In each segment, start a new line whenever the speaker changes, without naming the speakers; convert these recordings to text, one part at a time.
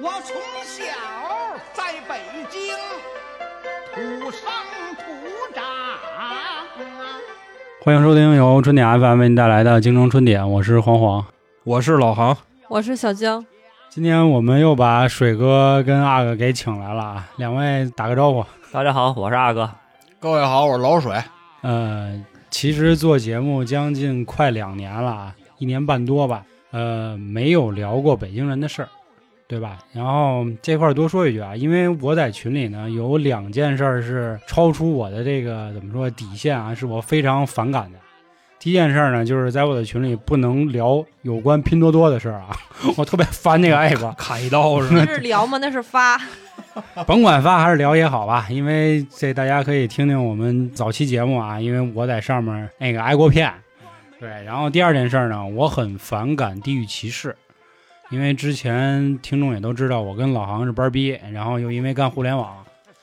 我从小在北京土生土长啊。
欢迎收听由春点 FM 为您带来的《京城春点》，我是黄黄。
我是老航，
我是小江，
今天我们又把水哥跟阿哥给请来了啊，两位打个招呼。
大家好，我是二哥。
各位好，我是老水。
呃，其实做节目将近快两年了啊，一年半多吧。呃，没有聊过北京人的事儿，对吧？然后这块儿多说一句啊，因为我在群里呢有两件事儿是超出我的这个怎么说底线啊，是我非常反感的。第一件事儿呢，就是在我的群里不能聊有关拼多多的事儿啊， 我特别烦那个 app。
砍一刀是
那
吗？
是聊吗？那是 发。
甭管发还是聊也好吧，因为这大家可以听听我们早期节目啊，因为我在上面那个挨过骗。对，然后第二件事儿呢，我很反感地域歧视，因为之前听众也都知道，我跟老航是班儿逼，然后又因为干互联网，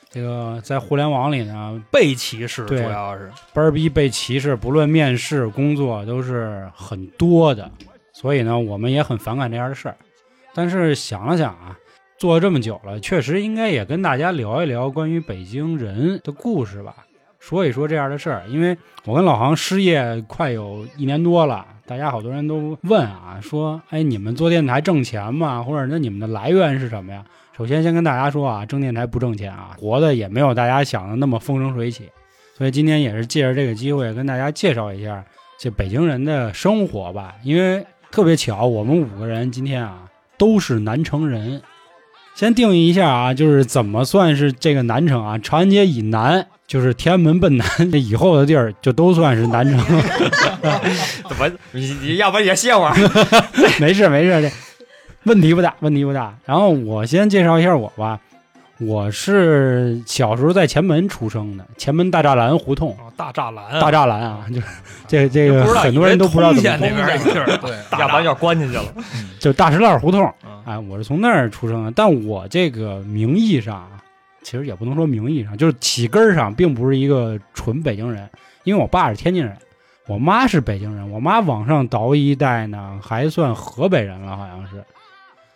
这个在互联网里呢，
被歧视主
对
要是
班儿逼被歧视，不论面试、工作都是很多的，所以呢，我们也很反感这样的事儿。但是想了想啊，做了这么久了，确实应该也跟大家聊一聊关于北京人的故事吧，说一说这样的事儿。因为我跟老航失业快有一年多了，大家好多人都问啊，说，哎，你们做电台挣钱吗？或者那你们的来源是什么呀？首先先跟大家说啊，挣电台不挣钱啊，活的也没有大家想的那么风生水起。所以今天也是借着这个机会跟大家介绍一下这北京人的生活吧，因为特别巧，我们五个人今天啊都是南城人。先定义一下啊，就是怎么算是这个南城啊？长安街以南，就是天安门奔南这以后的地儿，就都算是南城。
怎么？你你要不然也歇会儿？
没事没事，这问题不大，问题不大。然后我先介绍一下我吧，我是小时候在前门出生的，前门大栅栏胡同，
啊大栅栏，
大栅栏啊，就是这这
不
个
知道
很多人都不知道
以
怎
为
么
通县那边一 地儿，对，
要不然就关进去了。
就大石烂胡同，
嗯
哎，我是从那儿出生的，但我这个名义上啊，其实也不能说名义上，就是起根儿上并不是一个纯北京人，因为我爸是天津人，我妈是北京人，我妈往上倒一代呢，还算河北人了，好像是。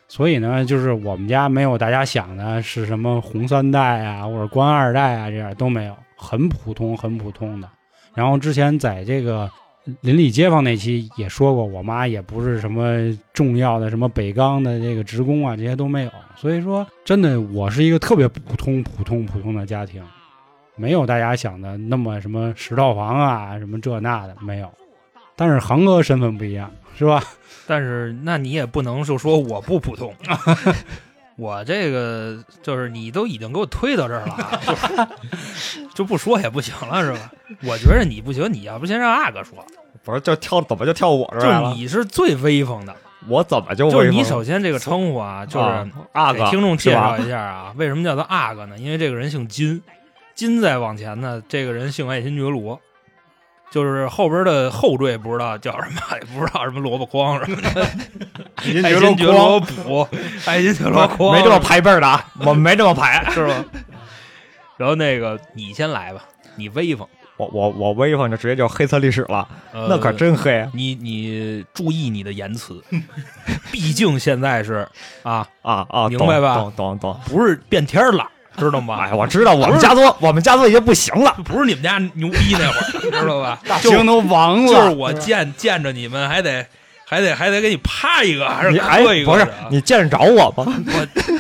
所以呢，就是我们家没有大家想的是什么红三代啊，或者官二代啊，这样都没有，很普通，很普通的。然后之前在这个邻里街坊那期也说过，我妈也不是什么重要的什么北钢的这个职工啊，这些都没有。所以说，真的我是一个特别普通、普通、普通的家庭，没有大家想的那么什么十套房啊，什么这那的没有。但是航哥身份不一样，是吧？
但是那你也不能就说我不普 通，我这个就是你都已经给我推到这儿了啊， 就就不说也不行了是吧？我觉得你不行，你要不先让阿哥说，
不是，就跳怎么就跳我这儿来
就
了？
你是最威风的，
我怎么就
就是
威风
你
了
首先这个称呼啊，就是
啊阿
给
哥
听众
是
介
吧
绍一下啊，为什么叫他阿哥呢？因为这个人姓金，金再往前呢，这个人姓爱新觉罗，就是后边的后缀不知道叫什么，也不知道什么萝卜筐什么的，爱新哎觉罗卜，爱新觉罗筐，
没这么排辈儿的啊，我没这么排。
是吧？然后那个你先来吧，你威风，
我我我威风就直接就黑色历史了，
呃
那可。真黑
你你注意你的言辞， 毕竟现在是啊，
啊啊！
明
懂
白吧啊
懂懂懂。
不是变天儿了，知道吗？
哎，我知道我们家族我们家族已经不行了，
不是你们家牛逼那会儿，知 道吧？ 就
行都亡了，
就是我见见着你们还得还得还得给你啪一个，还
你
是
哎
磕一个？
不是你见着我吧？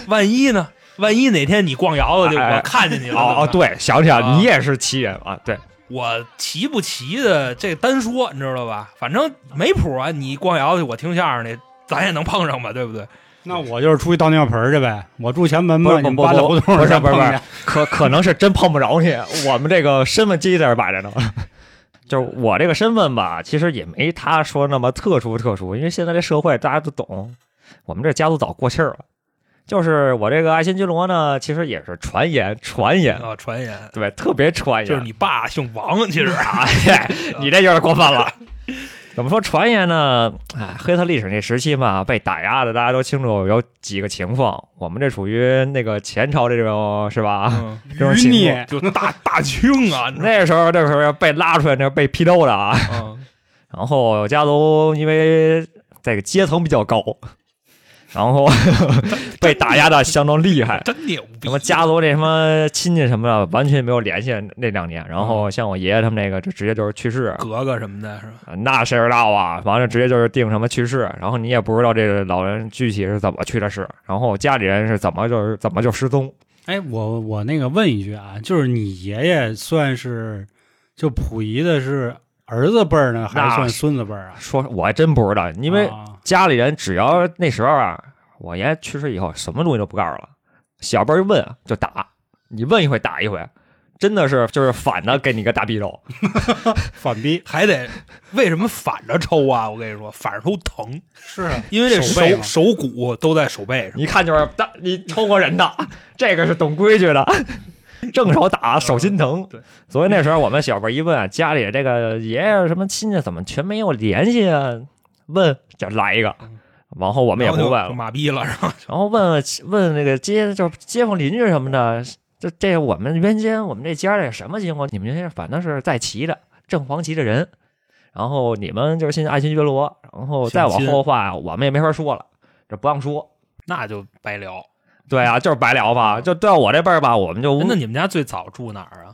万一呢？万一哪天你逛窑子去，
哎哎
我看见你了，
哦哦，
怎么办，
对，想起来
啊
你也是奇人啊，对，
我齐不齐的这单说，你知道吧？反正没谱啊，你逛窑子去，我听相声去，咱也能碰上吧，对不对？
那我就是出去倒尿盆儿去呗。我住前门
不
嘛，
是
你们
不
搬到胡同
不是
上
不是
碰
不是
见
可可能是真碰不着你，我们这个身份机在这儿摆着呢。 就是我这个身份吧，其实也没他说那么特殊特殊，因为现在这社会大家都懂，我们这家族早过气儿了。就是我这个爱新觉罗呢，其实也是传言，传
嗯
言，
啊，传
哎
言
对，特别传言，
就是你爸姓王，其实 啊，
哎，你这有点过分了。 怎么说传言呢？哎，黑特历史那时期嘛，被打压的大家都清楚有几个情况。我们这属于那个前朝这种是吧？
嗯
这种
淤
情况。
泥。
就大大清啊，你 知道
那时候那时候被拉出来，那被批斗的啊。
嗯
吗？
然后家族因为这个阶层比较高，然后 被打压的相当厉 害。
真牛逼
哎什么家族这什么亲戚什么的，完全没有联系那两年。然后像我爷爷他们那个，就直接就是去世，
格格什么的，是吧？
那谁知道啊？完了直接就是定什么去世，然后你也不知道这个老人具体是怎么去的世，然后家里人是怎么就是怎么就失踪。
哎，我我那个问一句啊，就是你爷爷算是就溥仪的是儿子辈儿呢，还是
那
算
是
孙子辈儿啊？
说我还真不知道，因为
啊
家里人只要那时候啊，我爷去世以后，什么东西都不告诉了，小辈儿一问啊就打，你问一回打一回，真的是就是反的给你个大逼斗。
反逼
还得为什么反着抽啊？我跟你说，反着抽疼，
是啊，
因为这
手背
手
嘛
手骨都在手背上。
一看就是大你抽过人的， 这个是懂规矩的。 正手打手心疼
对，
所以那时候我们小辈一问啊，家里这个爷爷什么亲戚怎么全没有联系啊？问就来一个，往后我
我
们也不问
就
了，
马逼了，然后
然后问问那个街就是街坊邻居什么的，这这我们原先我们这家里什么情况？你们这些反正是在骑的正黄旗的人，然后你们就是信爱新觉罗，然后再往
相亲
后话我们也没法说了，这不让说。
那就白聊。
对啊，就是白聊吧，就到我这辈儿吧，我们就
哎那你们家最早住哪儿啊？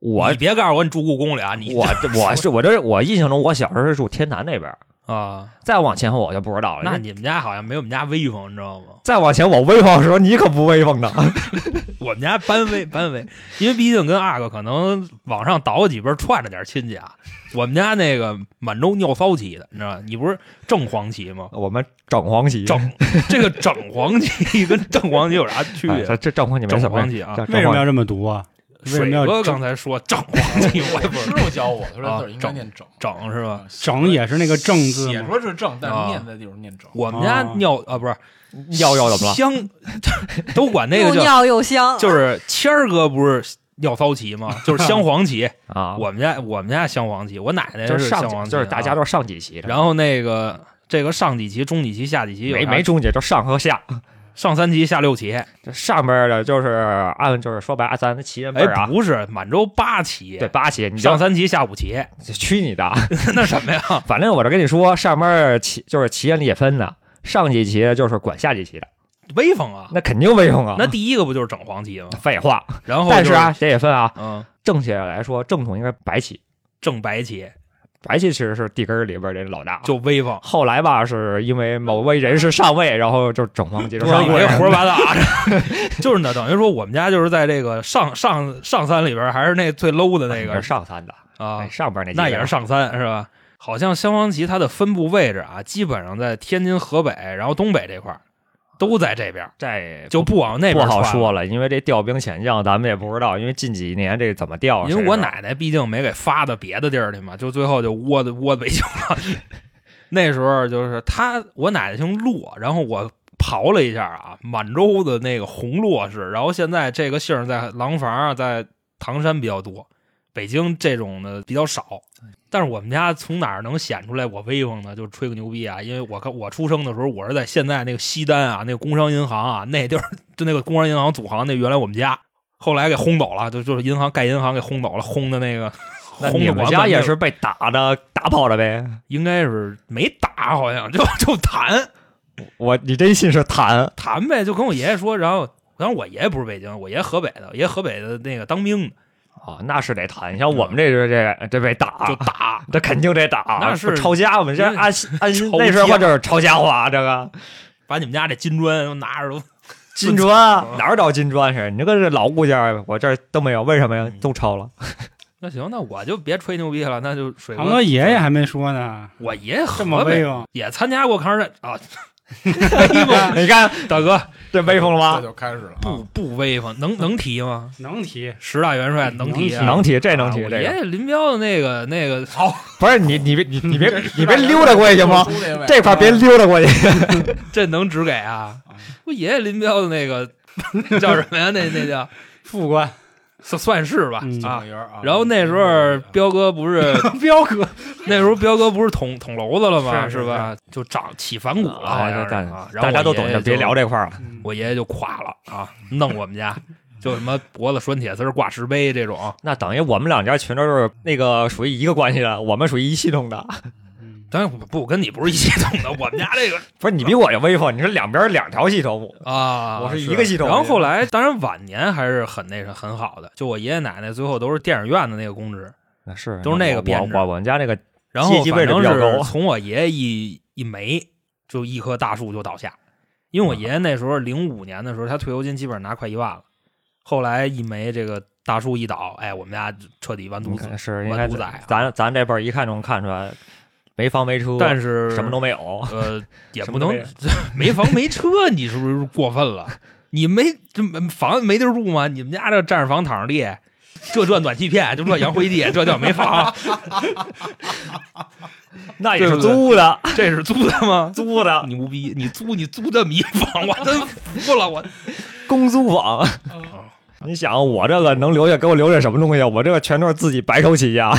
我
你别告诉我你住故宫里啊！你
我我是我这我印象中我小时候是住天坛那边儿，
啊，
再往前我就不知道了。
那你们家好像没我们家威风，你知道吗？
再往前我威风的时候，你可不威风的。
我们家班威班威，因为毕竟跟阿哥可能往上倒几辈儿串着点亲戚啊。我们家那个满洲尿骚旗的，你知道吗？你不是正黄旗吗？
我们整黄旗，
整这个整黄旗 跟正黄旗有啥区
哎
别？
这这正黄旗没
正
什么
黄。旗啊，
叫正
为什
黄
么要这么读啊？为什
水
么要
哥
整
刚才说正黄旗，我也不知
师
道
傅教我，他说
啊
字儿应该念整，
整是吧？
嗯
整也是那个正字吗
写出来是正，但
啊
是念在地方念整。
我们家
哦
尿啊不是
要要怎么了？
香都管那个
又
叫，
尿又香，
就是谦儿哥不是尿骚旗吗？就是镶黄旗。
啊，
我们家我们家镶黄旗，我奶奶
就是上
镶
几
黄旗，
就是大家
啊
都是上几期的，
然后那个这个上几旗、中几旗、下几旗有
没
啥
没中介，就上和下。
上三旗、下六旗。
这上边的就是按就是说白了，咱旗人辈
哎
儿，啊，
不是满洲八旗，
对八旗，你
上
就
三旗下五旗，
去你的。啊
那什么呀？
反正我这跟你说，上边旗就是旗人里也分的，上几旗就是管下几旗的，
威风啊！
那肯定威风啊。
那第一个不就是整黄旗吗？
废话，
然后
但是
就
啊，，这也分啊。
嗯，
正确来说，正统应该是白旗，
正白旗
白旗其实是地根儿里边儿这老大。
就威风，
后来吧，是因为某位人士上位，然后就整黄旗就
我
上
以为
位
胡说八道 啊，就是呢，等于说我们家就是在这个上上上三里边，还是那最 low 的那
是
个
上三的，
啊
哎，上边那几
那
个
也是上三是吧？好像镶黄旗它的分布位置啊，基本上在天津、河北，然后东北这块儿都在这边，
这
就不往那
哎不
边
好
窜
说
了。
了，因为这调兵遣将咱们也不知道，因为近几年这怎么调？
因为
谁
我
知道
奶奶毕竟没给发到别的地儿去嘛，就最后就窝的窝北京了。 那时候就是她，我奶奶姓骆，然后我刨了一下啊，满洲的那个红骆氏，然后现在这个姓儿在廊坊啊，在唐山比较多，北京这种的比较少。但是我们家从哪儿能显出来我威风呢？就吹个牛逼啊！因为我看我出生的时候，我是在现在那个西单啊，那个工商银行啊，那地儿就那个工商银行总行，那原来我们家，后来给轰走了，就就是银行盖银行给轰走了，轰的 那个，
那
轰
你
的
们
我
家
们
也是被打的打跑了呗？
应该是没打，好像就就谈
我你真信是 谈？
谈呗，就跟我爷爷说，然后然后我爷爷不是北京，我爷爷河北的，我爷爷河北的那个当兵的
啊，那是得谈，像我们这是这这被
哦就
打，
打，
这肯定得打，
那是
不抄家。我们这
因为
安心 安心
抄
那时候
家
就是抄家伙，啊这 个
把你们家这金砖都拿着都
金砖哪儿找金砖去？你这个是老物件儿，我这儿都没有，为什么呀
嗯？
都抄了。
那行，那我就别吹牛逼了，那就水
堂
哥
哥，爷爷还没说呢，
我爷爷
这么
河
威
北
风，
也参加过抗日战啊，威风，
你看
大哥
这威风
这
了吧？
就开始了啊
不！不威风，能能提吗？
能提
十大元帅能提啊？
能提这能提
啊我
这
爷
个，
爷林彪的那个那个好，
不是你你别你你 别你别溜达过去行吗？
特殊那位
这块儿
啊
别溜达过去。
这能只给啊？我爷爷林彪的那个叫什么呀？那那叫
副官，
算算是吧
嗯
啊
警。员啊
然后那时候彪哥不是
彪哥
那时候彪哥不是捅捅娄子了吗？
是是
吧？就长起反骨了，好像是啊。然后
大家都懂
我爷
就别
爷
聊这块儿了。
嗯
嗯
我爷爷就垮了啊，弄我们家就什么脖子拴铁丝儿挂石碑这种，
那等于我们两家全都是那个属于一个关系的，我们属于一系统的。
嗯
当然我不跟你不是一系统的，我们家这个
不是你比我要威风，你是两边两条系统，
啊，
我是一个系统
然后后来，当然晚年还是很那是很好的，就我爷爷奶奶最后都是电影院的那个公职，
啊是
都是那个
我
编制
我我们家那个
然后
阶级位
反
置
正
比较
是
高啊
从我爷爷一一没，就一棵大树就倒下，因为我爷爷那时候零五年的时候，他退休金基本上拿快一万了，后来一没这个大树一倒，哎，我们家彻底完犊
你
子
看，呃是应
完
该
犊子啊
咱咱这辈儿一看就能看出来，没房没车，
但是
什么都没有。
呃，也
什么
不
都
能 没房没车，你是不是过分了？你没这房没地儿住吗？你们家这占着房躺着地，这赚暖气片，就这洋灰地，这叫没房，
那
也
也
是
是租的，
这是租的吗？
租的
你牛逼！你租你租这么一房，我真服了我。
公租房。 你想我这个能留下给我留下什么东西啊？我这个全都是自己白手起家，
啊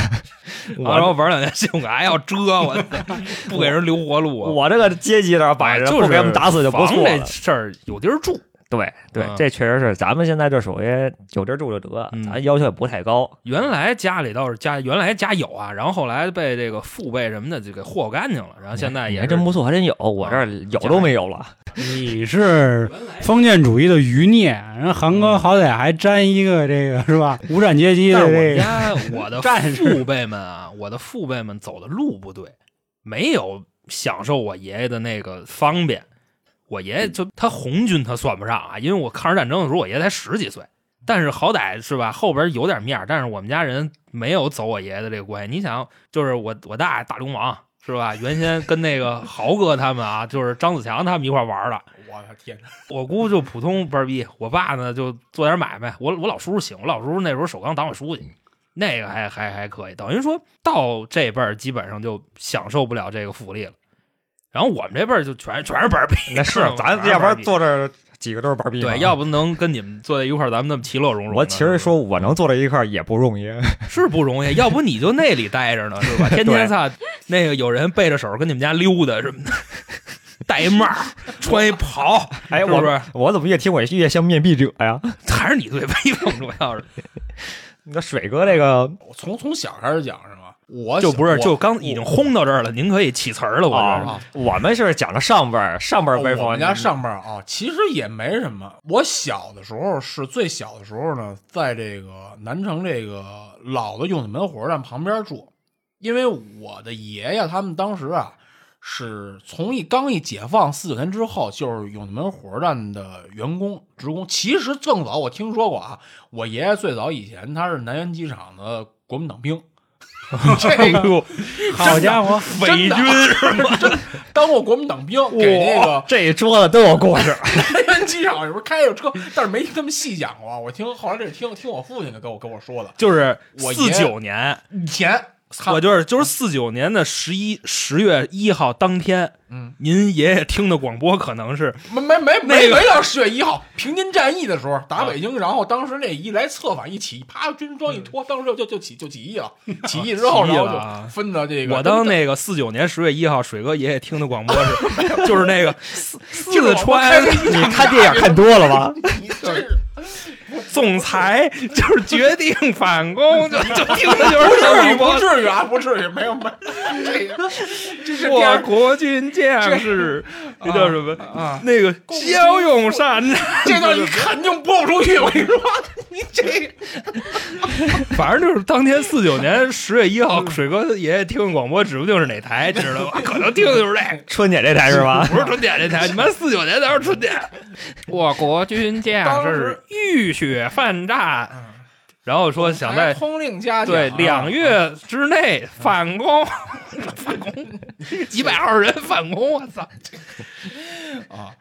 然
我
后玩两年信用卡还要遮我， 不给人留活路啊。哎
我这个阶级在这摆着，
就是
不给我们打死就不
房
错
这
了。
事儿有地儿住，
对对
嗯，
这确实是，咱们现在这属于有地儿住就得
嗯，
咱要求也不太高。
原来家里倒是家，原来家有啊，然后后来被这个父辈什么的就给霍霍干净了，然后现在
你
哎也
还
是
真不错，还真有，我这儿有都没有了。
你是封建主义的余孽，人韩哥好歹还沾一个这个是吧？无产阶级
嗯但
的
是
这个
我们家我 的
战士
父辈们啊，我的父辈们走的路不对，没有享受我爷爷的那个方便。我爷爷就他红军他算不上啊，因为我抗日战争的时候我爷爷才十几岁，但是好歹是吧，后边有点面儿。但是我们家人没有走我爷爷的这个关系。你想，就是我我大爷打流氓是吧？原先跟那个豪哥他们啊，就是张子强他们一块儿玩儿的，
我的天哪！
我姑就普通班儿逼，我爸呢就做点买卖。我我老叔叔行，我老叔叔那时候首钢党委书
嗯
记，那个还还还可以。等于说到这辈儿基本上就享受不了这个福利了。然后我们这辈儿就全全是班儿逼，
那是啊
全班
咱
儿
要不然
逼
坐这儿几个都是玩逼嘛。
对，要不能跟你们坐在一块儿，咱们那么其乐融融 的。
我其实说我能坐在一块儿也不容易，
是不容易，要不你就那里待着呢，是 吧？天天操，那个有人背着手跟你们家溜达什么的， 戴一帽儿，穿一袍，
哎，
是不
我
是？
我怎么越听我越像面壁者呀？
还是你最威风，主要是
那水哥这个
我从从小开始讲是吗？我
就不是
我
就刚已经轰到这儿了，您可以起词儿了，我觉得。
啊，我们是讲的上辈儿，上辈儿威
哦我
风
们，家 上边儿啊，其实也没什么。我小的时候是最小的时候呢，在这个南城这个老的永定门火车站旁边住，因为我的爷爷他们当时啊，是从一刚一解放四九年之后，就是永定门火车站的员工职工。其实更早我听说过啊，我爷爷最早以前他是南苑机场的国民党兵。 这个
好家伙，
伪军是吗？ 真当过国民党兵，给那个
这一桌子都有故事，
开完机场有时候开着车，但是没听他们细讲过啊。我听后来这是听听我父亲跟我跟我说的，
就是
我
四
爷
九年，
以前他
我就是就是四九年的十一十月一号当天，
嗯，
您爷爷听的广播可能是
没没没
那
没
个
没到十月一号平津战役的时候打北京，然后当时那一来策反一起，啪军装一脱，当时就就就起就起义 了，嗯起义之后
起义
然
了
后
啊
就分到这个
我当那个四九年十月一号，水哥爷爷听的广播是就是那 个四
听
四川
你看电影 看多了吧？
你真是
总裁就是决定反攻，就就听的就是
不
这
至于
广
不
播。
至于啊不至于没有没有这个这是第
我
二
国军将士，那叫什么？
啊。
那个骁勇善战，
这段你肯定播不出去，我跟你说，你 这
反正就是当天四九年十月一号，水哥爷爷听广播，指不定是哪台，知道吧？可 能听的就是这个。
春姐这台是 吧？
不是春点这台，你妈四九年才是春点。我国军将士浴血嗯奋战，然后说想在
通令嘉奖啊
对两月之内反 攻，反攻几百号人反攻，我操！
啊。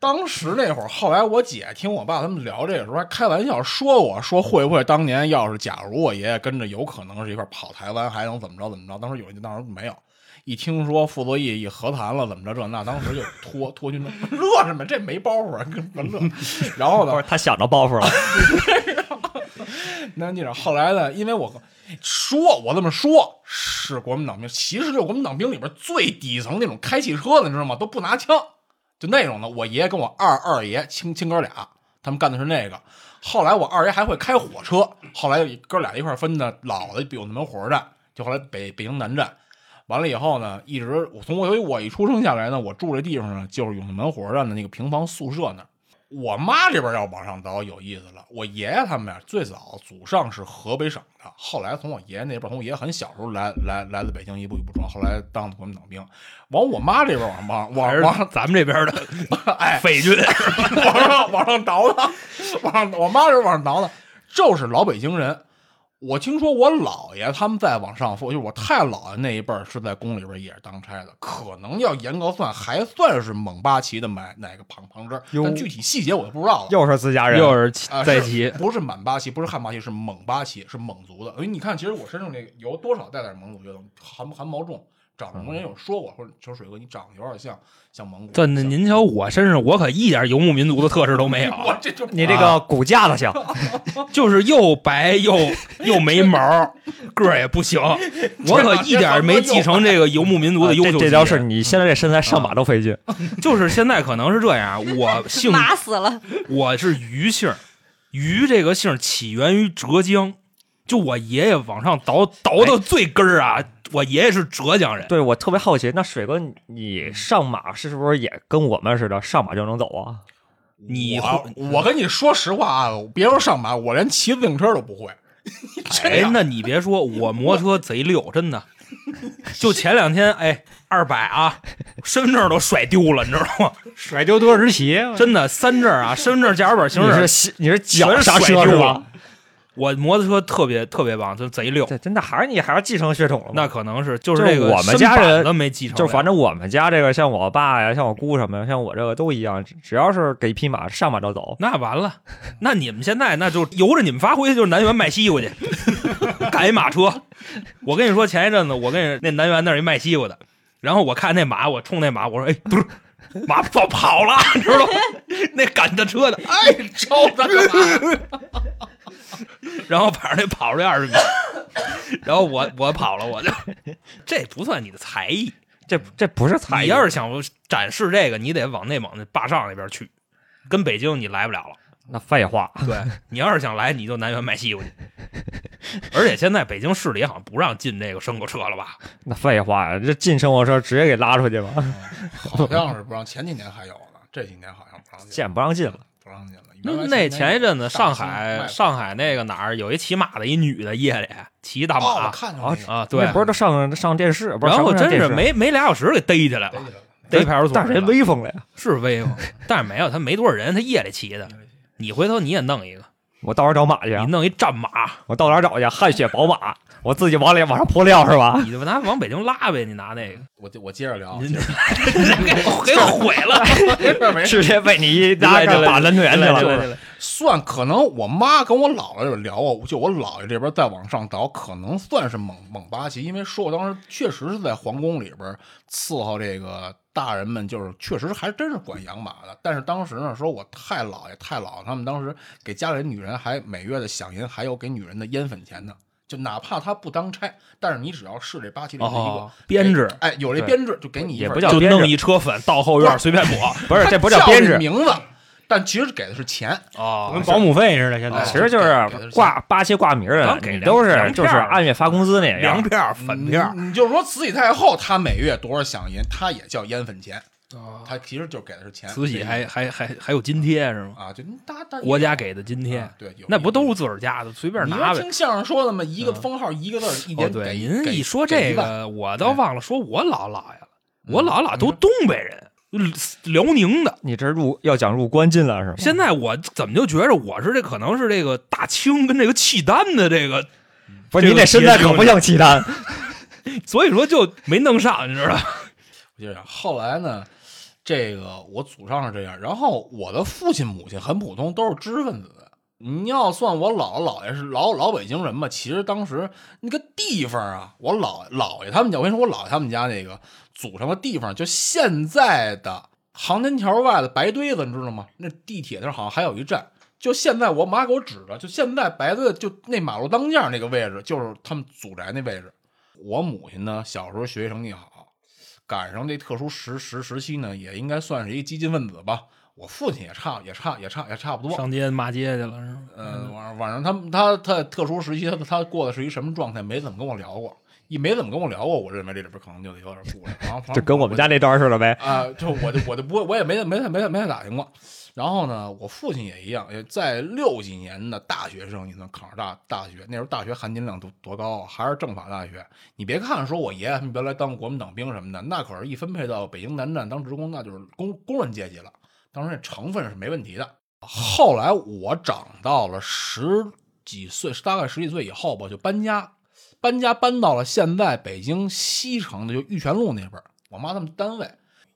当时那会儿，后来我姐听我爸他们聊这个时候，还开玩笑说我说会不会当年要是假如我爷爷跟着，有可能是一块儿跑台湾，还能怎么着怎么着？当时有一当时没有，一听说傅作义一和谈了怎么着这那，当时就脱脱军装，乐什么？这没包袱啊，跟什么乐？然后呢
不，是他想着报复了，
那记者后来呢，因为我说我这么说是国民党兵，其实就是国民党兵里边最底层那种开汽车的，你知道吗？都不拿枪，就那种的。我爷跟我二二爷亲亲哥俩，他们干的是那个。后来我二爷还会开火车，后来就哥俩一块儿分的老的有那门火车站，就后来北北京南站。完了以后呢，一直我从我所以我一出生下来呢，我住这地方呢就是永定门火车站的那个平房宿舍那儿。我妈这边要往上倒有意思了，我爷爷他们俩最早祖上是河北省的，后来从我爷爷那边，从我爷爷很小时候来来来自北京，一步一步转，后来当国民党兵，往我妈这边往往往
还是
往
咱们这边的
哎
匪军，
往上往上倒的，往上我妈是往上倒的，就是老北京人。我听说我姥爷他们再往上说，就是我太姥爷那一辈儿是在宫里边也是当差的，可能要严格算还算是蒙八旗的买哪个旁旁支儿，
哟
但具体细节我就不知道了。
又是自家人，
又是
啊，
在
是
骑，
不是满八旗，不是汉八旗，是蒙八旗，是蒙族的。所以你看，其实我身上这个有多少带点蒙古血统，韩韩毛仲，长什么人有说过，或者说水哥你长得有点像像蒙古。
但那
像
您瞧我身上，我可一点游牧民族的特质都没
我
有，
这就
你这个骨架 子像，
就是又白又又没毛，个儿也不行， 我可一点没继承这个游牧民族的优秀
啊这
基因。
这招是你现在这身材上马都费劲，
就是现在可能是这样，我姓
麻死了，
我是鱼姓儿，鱼这个姓儿起源于浙江，就我爷爷往上倒倒到最根儿啊，我爷爷是浙江人，
对我特别好奇，那水哥你你上马是不是也跟我们似的上马就能走啊？
你
我啊我跟你说实话啊，别说上马，我连骑自行车都不会。这
哎
样，
那你别说，我摩托车贼溜，真的。就前两天，哎，二百啊，身份证都甩丢了，你知道吗？
甩丢多少只鞋？
真的，三证啊，身份证、驾驶本、行
你
驶
是
证，
西你是脚刹
全
车
是
是
水
吧？
我摩托车特别特别棒，就贼溜。
这真的还是你还是继承血统了
那
吗？
可能是就是
就
这个
我们家人
身板子没继承了，
就反正我们家这个，像我爸呀，像我姑什么呀，像我这个都一样，只只要是给一匹马，上马就走。
那完了，那你们现在那就由着你们发挥，就是南园卖西瓜去， 赶一马车。我跟你说，前一阵子我跟那南园那儿一卖西瓜的，然后我看那马，我冲那马我说：“哎，嘟儿，马早跑了，你知道吗？ 那赶着车的，
哎，招咱干嘛？
然后反正那跑出去二十米，然后我我跑了，我就这不算你的才艺。
这这不是才
你
艺，
要是想展示这个，你得往内蒙那坝上那边去，跟北京你来不了了。”
那废话，
对你要是想来，你就南园卖西瓜去。而且现在北京市里好像不让进这个牲口车了吧？
那废话呀，这进生活车直接给拉出去吧，
好像是不让，前几年还有呢，这几年好像不让进，
见不让进了。
不让进了。
那
原来
那前
前
一阵子上
大兴卖
海
过
上海那个哪儿有一骑马的一女的，夜里骑大
哦，我
马、
看见了那个
啊，对
那，不是都上上电视，不是
然后
上上
真
电
是
视，
没没俩小时给逮起来
逮
了，
起来了
啊逮派出所
但是
去
人
了
威风了呀！
是威风，但是没有他没多少人，他夜里骑的。你回头你也弄一个，
我到哪儿找马去啊
你？弄一战马，
我到哪儿找去？汗血宝马，我自己往里往上泼料是吧？
你就拿往北京拉呗，你拿那个，
我接我接着聊，啊
你
接着
给给毁了。
聊没事
直接被你一拉杆打人员去
来来来
哎了
来。来
算可能我妈跟我姥姥有聊过，就我姥爷这边再往上倒，可能算是蒙蒙八旗，因为说我当时确实是在皇宫里边伺候这个大人们，就是确实还真是管养马的。但是当时呢，说我太姥爷太姥爷他们当时给家里女人还每月的饷银，还有给女人的烟粉钱呢。就哪怕他不当差，但是你只要是这八旗里面的一个
哦，编制
哎，哎有这
对
编制就给你一
也
份
不
儿
叫
就
编制
弄一车粉到后院随便抹
不是，这不叫
叫
编
这
制，
名字，但其实给的是钱。
哦
跟保姆费似的，现在
哎
其实就是挂八旗挂名儿
刚
的，
给
你
粮
都是
粮
就是
票儿
按月发工资那嗯
粮
样。
票、粉票，
嗯你你就说慈禧太后，她每月多少饷银，她也叫烟粉钱，
啊
她其实就给的是钱。
哦慈禧还还还还有津贴是吗？
啊，就大大
国家给的津贴
啊，对，有
那不都是自个儿家的，随便
你
拿
要
呗。嗯
听相声说的吗？一个封号一个字儿，一
哦，
年
对，
给
您
给
一说
给一
这
万哎嗯
个，我倒忘了说我姥姥爷了。我姥姥都东北人，辽宁的。
你这入要讲入关进了是吗？
现在我怎么就觉着我是这可能是这个大清跟这个契丹的这个，
不是
这
你
个
这身材
节制
可不像契丹，
所以说就没弄上，你知道吧？
我就想，后来呢，这个我祖上是这样，然后我的父亲母亲很普通，都是知识分子。你要算我姥姥姥爷是老老北京人嘛，其实当时那个地方啊，我姥姥爷他们家，我跟你说，我姥爷他们家那个祖上的地方，就现在的航天桥外的白堆子，你知道吗？那地铁那儿好像还有一站。就现在，我妈给我指着，就现在白堆子就那马路当间儿那个位置，就是他们祖宅那位置。我母亲呢，小时候学习成绩好，赶上这特殊时时时期呢，也应该算是一激进分子吧。我父亲也差也差也差也差不多。
上街骂街去了是吗？
呃嗯，晚上晚上他们他他特殊时期他他过的是一什么状态，没怎么跟我聊过。也没怎么跟我聊过，我认为这里边可能就得有点故事，然后
就跟我们家那段似的呗。
啊，就我就我就不会，我也没没太没太没太打听过。然后呢，我父亲也一样，也在六几年的大学生，你算考上大大学，那时候大学含金量多多高啊，还是政法大学。你别看说我爷爷他们原来当国民党兵什么的，那可是一分配到北京南站当职工，那就是工工人阶级了，当时那成分是没问题的。后来我长到了十几岁，大概十几岁以后吧，就搬家，搬家搬到了现在北京西城的就玉泉路那边儿，我妈他们单位。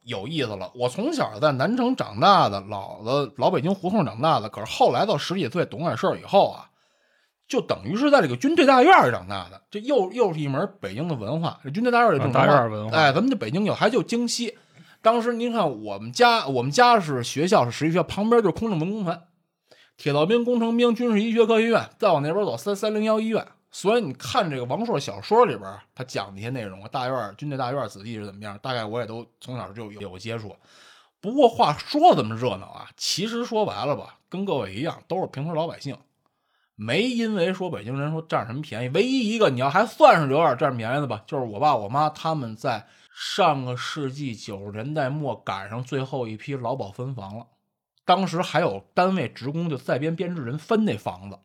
有意思了。我从小在南城长大的，老的老北京胡同长大的，可是后来到十几岁懂点事儿以后啊，就等于是在这个军队大院儿长大的，这又又是一门北京的文化。这军队大院儿这种
啊大院儿文化
哎，咱们这北京有，还就京西。当时您看我们家，我们家是学校是实习学校，旁边就是空政文工团、铁道兵、工程兵、军事医学科学院，再往那边走三三零幺医院。所以你看这个王朔小说里边儿，他讲的一些内容，大院儿军队大院儿子弟是怎么样，大概我也都从小就有有接触。不过话说这么热闹啊，其实说白了吧，跟各位一样，都是平头老百姓，没因为说北京人说占什么便宜。唯一一个你要还算是有点占便宜的吧，就是我爸我妈他们在上个世纪九十年代末赶上最后一批劳保分房了，当时还有单位职工就在编编制人分那房子。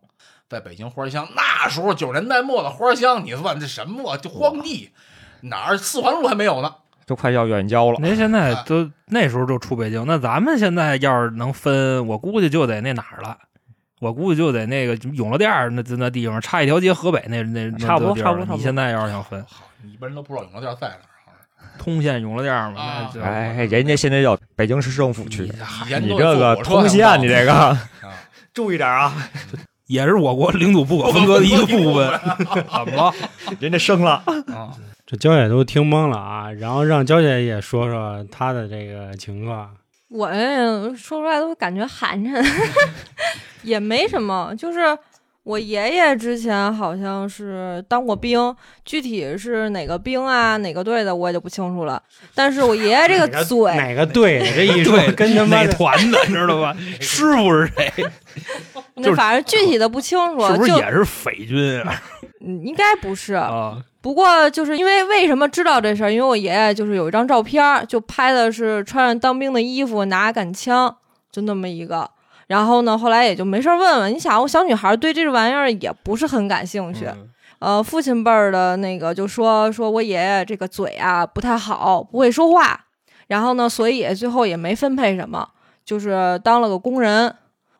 在北京花乡，那时候九十年代末的花乡，你算这什么啊？就荒地，哪儿四环路还没有呢？
都快要远郊了。
您现在都那时候就出北京，那咱们现在要是能分，我估计就得那哪儿了。我估计就得那个永乐店儿那那地方，差一条街河北那那那
差不多
地儿了
差不多差不多
你现在要是想 分
好，你一般人都不知道永乐店在哪儿，好像
通县永乐店儿嘛
啊，
那就
哎，人家现在叫北京市政府
是
区，
以前
你
都
这
是坐
个
火车
通西岸，你这个
啊
注意点啊，
也是我国领土不可分割的一个部分。怎么了？
人家生了。
啊，
这娇姐都听懵了啊，然后让娇姐也说说她的这个情况。
我嗯说出来都感觉寒碜， 也没什么。就是我爷爷之前好像是当过兵，具体是哪个兵啊、哪个队的我也就不清楚了。但是我爷爷 这
哪
个嘴，
哪个队的这一说
对，
跟他妈
哪
的
团的，你知道 吧？
嗯
师傅是谁？就
那
是
反正具体的不清楚，
是不是
就
也是匪军 啊？
嗯应该不是。
啊，
不过就是因为为什么知道这事儿？因为我爷爷就是有一张照片儿，就拍的是穿着当兵的衣服，拿着杆枪，就那么一个。然后呢，后来也就没事儿问问。你想，我小女孩儿对这玩意儿也不是很感兴趣。呃，父亲辈儿的那个就说说我爷爷这个嘴啊不太好，不会说话，然后呢，所以也最后也没分配什么，就是当了个工人。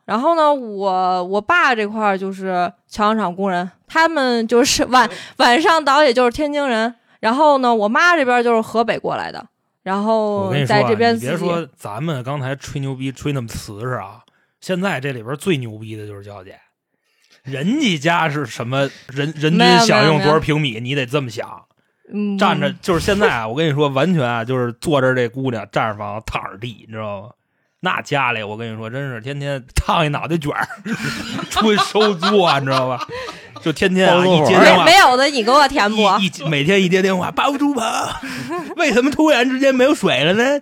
然后呢，我我爸这块儿就是桥阳厂工人，他们就是晚 晚上倒也就是天津人。然后呢，我妈这边就是河北过来的，然
我
后
跟你说、啊，
在这边
你
自
别
己
说咱们刚才吹牛逼吹那么瓷实啊，现在这里边最牛逼的就是娇姐，人家家是什么人人
没有没
均
有
享用
没
多
有
少平米，你得这么想，
嗯
站着就是现在啊，我跟你说，完全啊就是坐这儿这姑娘站着房躺着地，你知道吗？那家里我跟你说，真是天天 烫一脑袋卷儿，出去收租啊，你知道吧？就天天啊
包租
一
婆
接 电
没
话
没有的，你给我填补。
一一每天一接电话，包租婆，为什么突然之间没有水了呢？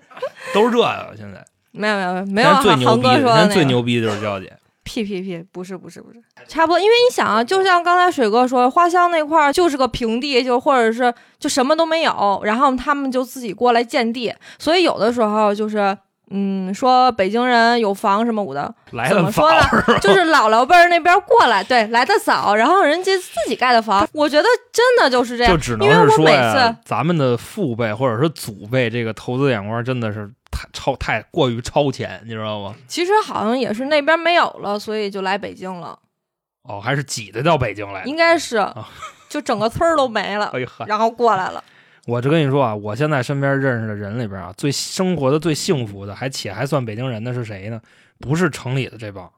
都是这个现在。
没有没有没有，
咱最
航
牛
航
逼
哥
的，
说的那
咱
个
最牛逼的就是娇 姐，
屁屁屁，不是不是不是，差不多。因为你想啊，就像刚才水哥说，花乡那块儿就是个平地，就或者是就什么都没有，然后他们就自己过来建地，所以有的时候就是。嗯，说北京人有房什么舞的，
来
怎
了
么说呢
早，
就是姥姥辈儿那边过来，对，来的早，然后人家自己盖的房，我觉得真的就是这样，
就只能
因为
是
我
说
每
呀
次，
咱们的父辈或者说祖辈这个投资眼光真的是太超太过于超前，你知道吗？
其实好像也是那边没有了，所以就来北京了，
哦，还是挤得到北京来的。
应该是，就整个村儿都没了
哎，呦呵，
然后过来了。
我就跟你说啊，我现在身边认识的人里边啊，最生活的最幸福的，还且还算北京人的是谁呢？不是城里的这帮，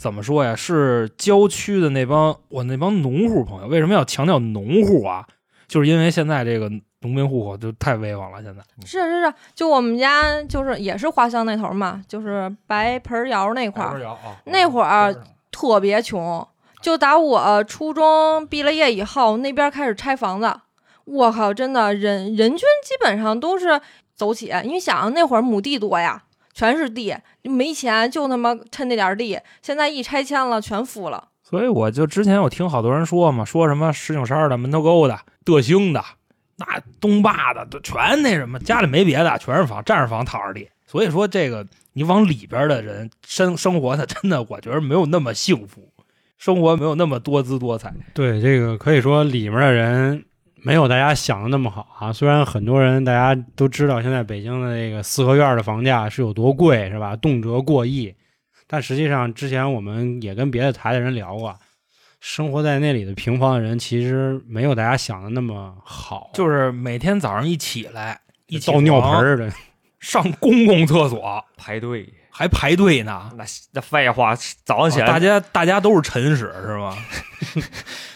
怎么说呀？是郊区的那帮我那帮农户朋友。为什么要强调农户啊？就是因为现在这个农民户口就太威风了，现在。
是是是，就我们家就是也是花乡那头嘛，就是白盆儿窑那块
二
儿
幺啊，
那会儿特别穷，就打我初中毕了业以后，那边开始拆房子，我靠，真的人人均基本上都是走起，你想那会儿亩地多呀，全是地，没钱就他妈趁那点儿地，现在一拆迁了全富了，
所以我就之前我听好多人说嘛，说什么石景山的、门头沟的、德兴的，那东坝的都全那什么，家里没别的，全是房，站着房，躺着地。所以说这个你往里边的人生生活，他真的我觉得没有那么幸福，生活没有那么多姿多彩。
对，这个可以说里面的人没有大家想的那么好啊。虽然很多人大家都知道，现在北京的这个四合院的房价是有多贵，是吧？动辄过亿，但实际上之前我们也跟别的台的人聊过，生活在那里的平房的人其实没有大家想的那么好，
就是每天早上一起来，一起
倒尿盆
床
儿的。
上公共厕所
排队，
还排队呢。哦
那那废话，早上起
大
来
家大家都是晨屎 是吗？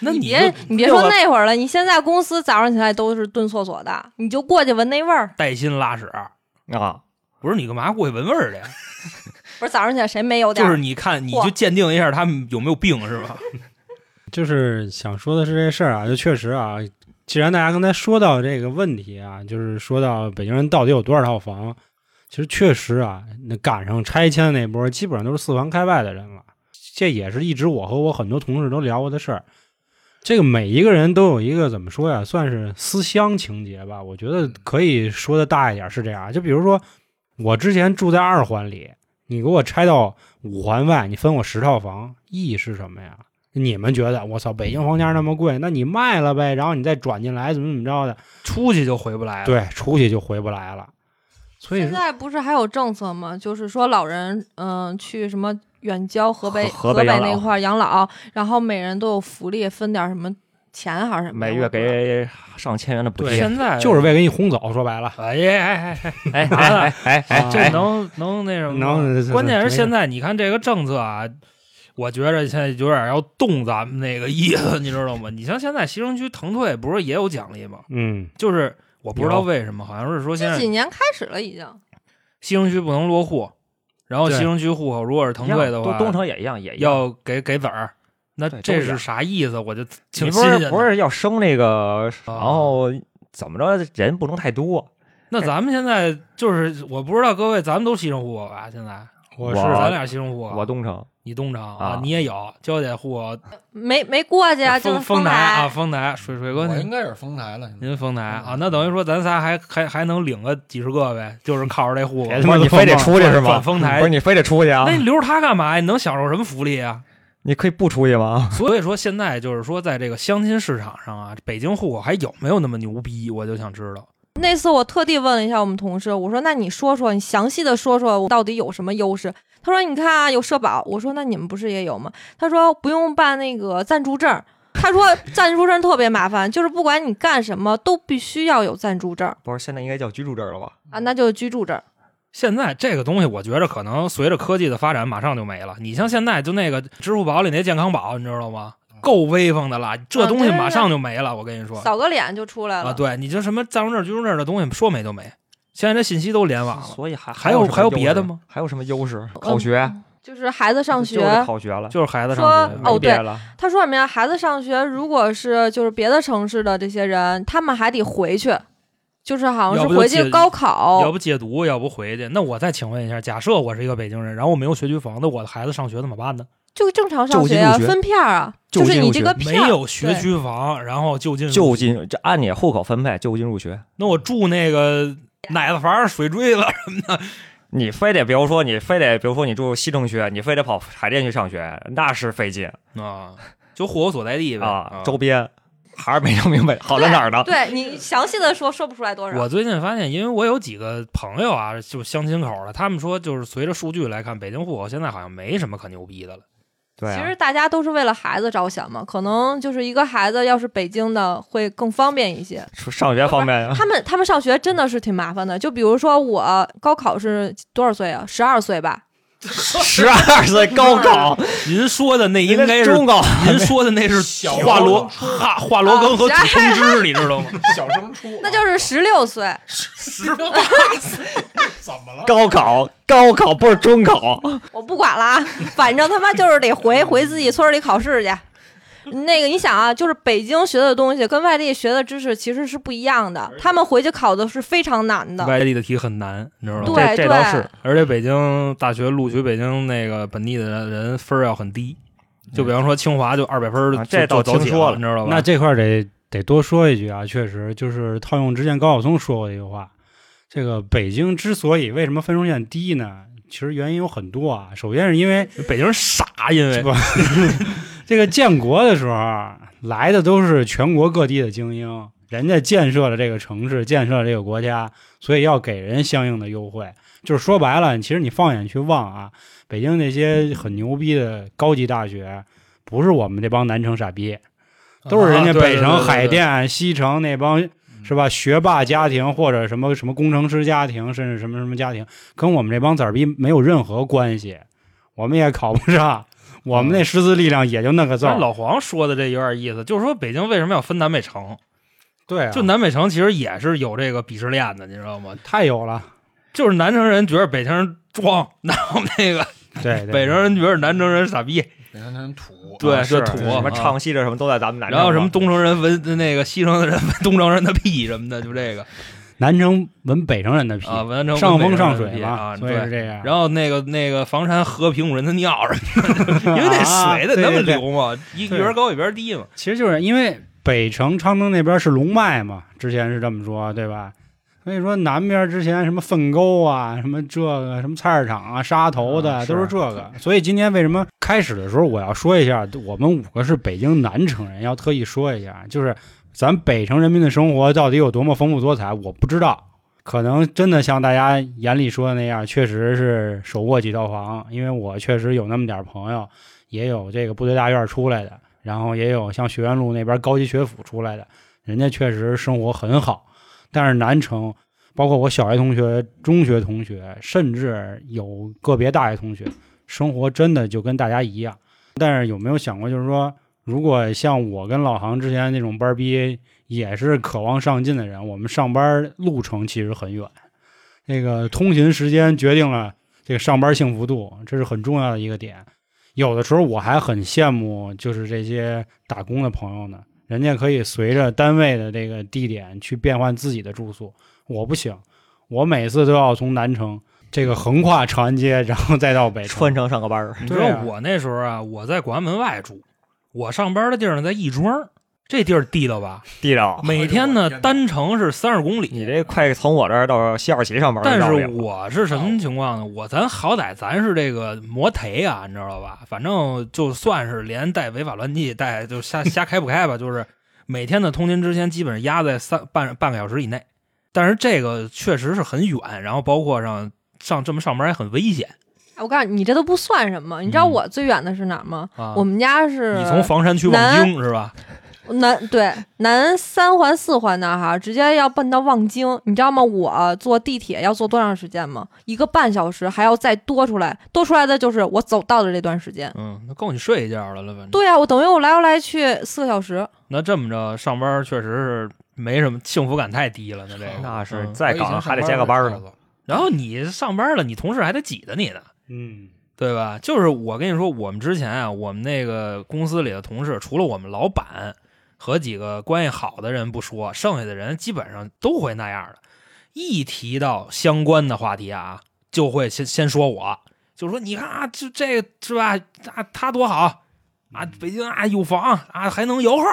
那
你
你
别
就
你别说那会儿了，你现在公司早上起来都是蹲厕所的，你就过去闻那味儿。
带薪拉屎，
啊，
不是你干嘛过去闻味儿去？啊
不是早上起来谁没有点
就
儿？
是你看，你
嚯
就鉴定一下他们有没有病是吧？
就是想说的是这事儿啊，就确实啊，既然大家刚才说到这个问题啊，就是说到北京人到底有多少套房，其实确实啊，那赶上拆迁那波，基本上都是四环开外的人了。这也是一直我和我很多同事都聊过的事儿。这个每一个人都有一个怎么说呀，算是思乡情节吧。我觉得可以说的大一点是这样，啊就比如说我之前住在二环里，你给我拆到五环外，你分我十套房，意义是什么呀？你们觉得我操，北京房价那么贵，那你卖了呗，然后你再转进来，怎么怎么着的？
出去就回不来了。，
对，出去就回不来了。所以
现
说，
在不是还有政策吗？就是说老人嗯、去什么远郊河北
河河
北
北养老
那块儿养老，然后每人都有福利，分点儿什么钱还是什么的？
每月
我不知道
给上千元的补贴。
现在
就是为给你轰走，说白了，
哎呀哎哎
哎哎哎哎
哎
哎，这
哎，
能 能那什么吗？
能
关键是现在你看这个政策啊，我觉着现在有点要动咱们那个意思，你知道吗？你像现在西城区腾退不是也有奖励吗？
嗯，
就是我不知道
有
为什么，好像是说现
这
在
几年开始了已经。
西城区不能落户，然后
对
西城区户口如果是腾退的
东
话，
东城也一样，也一样。
要给给子儿，那
对
这
都一
是
样
啥意思？我就挺
你
新
不
鲜
是
的。
不是要升那个，
啊
然后怎么着人不能太多。
那咱们现在就是，我不知道各位，咱们都西城户口吧？现在
我
我
是
咱俩西城户口，
我东城
你东城
啊
你也有交姐户口，
没没过去啊，就
丰
是
丰
台
台啊，丰台水水哥
我应
您
该也是丰台了。现在
您丰台啊，那等于说咱仨还还还能领个几十个呗，就是靠着这户口
别他
不
妈
是你
都
非得
放
出去是吗
转？丰台
不是。你非得出去啊
哎那？你留着他干嘛呀？你能享受什么福利啊？
你可以不出去吗？
所以说现在就是说，在这个相亲市场上啊，北京户口还有没有那么牛逼？我就想知道。
那次我特地问了一下我们同事，我说：“那你说说，你详细的说说，我到底有什么优势？”他说：“你看啊，有社保。”我说：“那你们不是也有吗？”他说：“不用办那个暂住证。”他说：“暂住证特别麻烦，就是不管你干什么都必须要有暂住证
不是，现在应该叫居住证了吧？
啊，那就是居住证。
现在这个东西，我觉着可能随着科技的发展，马上就没了。你像现在就那个支付宝里那健康宝，你知道吗？够威风的了，
啊
这东西马上就没了。我跟你说
扫个脸就出来了。
啊，对你这什么暂住证、居住证的东西，说没就没。现在这信息都联网了，
所以还
啊还有
什么
还有
优势
别的吗？
还有什么优势？
嗯
考学，
就是孩子上学，
就是考学了，
就是孩子
说
上学
哦
没
对
别的了。
他说什么呀？孩子上学，如果是就是别的城市的这些人，他们还得回去，就是好像
要不
是
就
回去
解
高考，
要不解读，要不回去。那我再请问一下，假设我是一个北京人，然后我没有学区房，那我的孩子上学怎么办呢？
就正常上
就近
学啊，
入学
分片儿啊，
就
就
近
是你
入
这
学
个片
没
儿
有学区房，然后就近入
就近这按你户口分配，就近入学。
那我住那个奶子房、水锥子，
你非得比如说你非得比如说你住西城区，你非得跑海淀去上学，那是费劲
啊，就户口所在地呗
啊。周边还是没弄明白好在哪儿呢？
对你详细的说说不出来多少。
我最近发现，因为我有几个朋友啊，就相亲口的，他们说就是随着数据来看，北京户口现在好像没什么可牛逼的了。
对
其
啊
实，大家都是为了孩子着想嘛，可能就是一个孩子要是北京的会更方便一些。
说上学方面
他们他们上学真的是挺麻烦的，就比如说我高考是多少岁啊？十二岁吧，
十二岁高考，
您说的那应该是
中高，
您说的那是
小
华罗哈华罗庚和
啊
土松枝，你知 道吗？
小升初
那就是十六岁。
十八 岁，怎么了？
高考，高考不是中考。
我不管了啊，反正他妈就是得回回自己村儿里考试去。那个，你想啊，就是北京学的东西跟外地学的知识其实是不一样的，他们回去考的是非常难的。
外地的题很难，你知道吗？
对对
这这倒是
而且北京大学录取北京那个本地的人分儿要很低，就比方说清华就二百分儿就，
啊这倒
就走
听
起
说
了，
了
你知道吧？
那这块儿得得多说一句啊，确实就是套用之前高晓松说过的一句话，这个北京之所以为什么分数线低呢？其实原因有很多啊，首先是因为
北京人傻，因为
不，这个建国的时候啊来的都是全国各地的精英，人家建设了这个城市，建设了这个国家，所以要给人相应的优惠。就是说白了，其实你放眼去望啊，北京那些很牛逼的高级大学，不是我们这帮南城傻逼，都是人家
啊对
北
对
城、
对对嗯
海
对
淀、西城那帮是吧？学霸家庭或者什么什么工程师家庭，甚至什么什么家庭，跟我们这帮崽儿逼没有任何关系，我们也考不上，我们那师资力量也就那个字
但是
儿。
老黄说的这有点意思，就是说北京为什么要分南北城？
对啊，
就南北城其实也是有这个鄙视链的，你知道吗？
太有 了。
就是南城人觉得北京人装，然后那个
对， 对
北城人觉得南城人傻逼，
北京人土，
对
啊
这
是
土
什么
啊
唱戏的什么都在咱们南城嘛，
然后什么东城人闻那个西城的人 闻东城人的屁什么的，就这个
南城闻北城人的屁，
啊，南城
上
闻北
风
城
上
人的
水
屁
嘛，
啊，
所以是
对。
这样。
然后那个那个房山喝平谷人的尿什么 的，因为那
啊
水得
对
那么
对对
流嘛，一一
对
边高一边低嘛。
其实就是因为北城昌平那边是龙脉嘛，之前是这么说，对吧？所以说南边之前什么粪沟啊，什么这个什么菜市场啊、沙头的、
啊是
都是这个。所以今天为什么开始的时候我要说一下，我们五个是北京南城人，要特意说一下，就是咱北城人民的生活到底有多么丰富多彩，我不知道。可能真的像大家眼里说的那样，确实是手握几套房，因为我确实有那么点儿朋友，也有这个部队大院出来的，然后也有像学院路那边高级学府出来的，人家确实生活很好。但是南城，包括我小学同学、中学同学，甚至有个别大学同学，生活真的就跟大家一样。但是有没有想过，就是说，如果像我跟老航之前那种班儿逼，也是渴望上进的人，我们上班路程其实很远，那个通勤时间决定了这个上班幸福度，这是很重要的一个点。有的时候我还很羡慕，就是这些打工的朋友呢，人家可以随着单位的这个地点去变换自己的住宿，我不行，我每次都要从南城这个横跨长安街，然后再到北城。
穿城上个班儿，
你知
对
道
啊
我那时候啊，我在广安门外住，我上班的地儿呢在亦庄，这地儿地道吧？
地道。
哎
每天呢
天哪
单程是三十公里。
你这快从我这儿到西二旗上班儿的
但
道理
是
了，
我是什么情况呢？我咱好歹咱是这个摩腿啊，你知道吧？反正就算是连带违法乱纪，带就瞎 瞎开不开吧，就是每天的通勤之前基本上压在三半半个小时以内。但是这个确实是很远，然后包括上上这么上班还很危险
我告诉你，你这都不算什么。你知道
嗯
我最远的是哪儿吗？
啊。
我们家是
你从房山区望京是吧？
南对南三环四环那儿哈，直接要奔到望京，你知道吗？我坐地铁要坐多长时间吗？一个半小时，还要再多出来，多出来的就是我走道的这段时间。
嗯，那够你睡一觉了了，反正。
对呀、啊我等于我来回来去四个小时，
那这么着，上班确实是没什么幸福感，太低了。那这个
那是
嗯
在岗上还得接个班儿呢。。
然后你上班了，你同事还得挤着你呢，
嗯，
对吧？就是我跟你说，我们之前啊，我们那个公司里的同事，除了我们老板和几个关系好的人不说，剩下的人基本上都会那样的。一提到相关的话题啊，就会先先说我，就说你看啊，就这个是吧？啊，他多好啊，北京啊有房啊，还能摇号，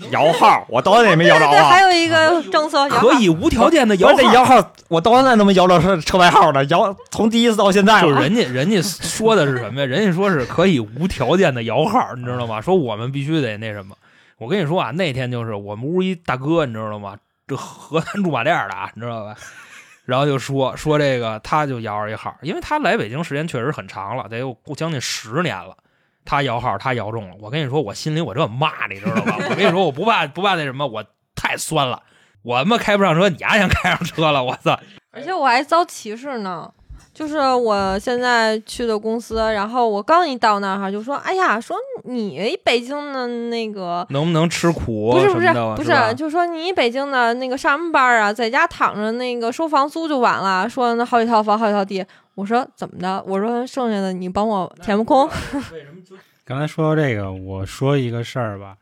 嗯
摇号，我到现在也没摇
对
着
对，还
啊。
有一个政策
可以无条件的摇
我这
号。
摇号，我到现在都没摇着车车牌号呢。摇从第一次到现在了，
就是人家人家说的是什么呀？人家说是可以无条件的摇号，你知道吗？说我们必须得那什么。我跟你说啊，那天就是我们屋一大哥，你知道吗？这河南驻马店的啊，你知道吧？然后就说说这个，他就摇着一号，因为他来北京时间确实很长了，得有将近十年了。他摇号，他摇中了。我跟你说，我心里我这骂你知道吧？我跟你说，我不怕不怕那什么，我太酸了。我他妈开不上车，你丫先开上车了，我操！
而且我还遭歧视呢。就是我现在去的公司，然后我刚一到那儿哈，就说：“哎呀，说你北京的那个
能不能吃苦？
不是不
什
是啊
么的
不
是吧
是，就说你北京的那个上什么班儿啊，在家躺着那个收房租就完了，说那好几套房好几套地。”我说：“怎么的？”我说：“剩下的你帮我填不空。
刚才说到这个，我说一个事儿吧，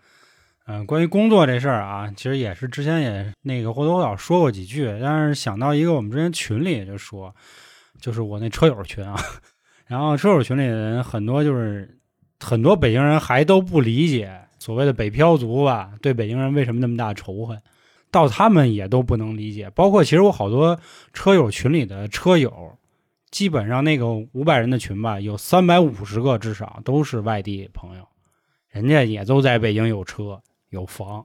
嗯、关于工作这事儿啊，其实也是之前也那个或多或少说过几句，但是想到一个我们之前群里也就 说，就是我那车友群啊，然后车友群里的人很多就是很多北京人还都不理解所谓的北漂族吧，对北京人为什么那么大仇恨，到他们也都不能理解。包括其实我好多车友群里的车友，基本上那个五百人的群吧，有三百五十个至少都是外地朋友，人家也都在北京有车有房，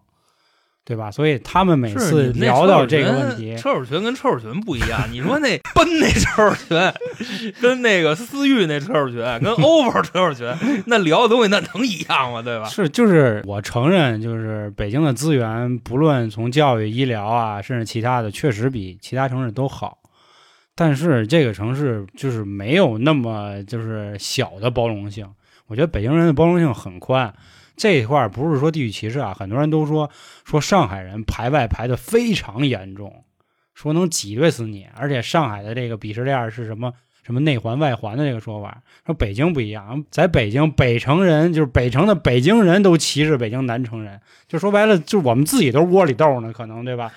对吧？所以他们每
是
次
嗯你们那
聊到这个问题，
车友群车友群跟车友群不一样。你说那奔那车友群，跟那个思域那车友群，跟 OVO 车友群，那聊的东西那能一样吗？对吧？
是，就是我承认，就是北京的资源，不论从教育、医疗啊，甚至其他的，确实比其他城市都好。但是这个城市就是没有那么就是小的包容性。我觉得北京人的包容性很宽，这一块儿不是说地域歧视啊，很多人都说说上海人排外排的非常严重，说能挤兑死你。而且上海的这个鄙视链儿是什么什么内环外环的这个说法，说北京不一样，在北京北城人就是北城的北京人都歧视北京南城人，就说白了，就我们自己都是窝里斗呢，可能对吧？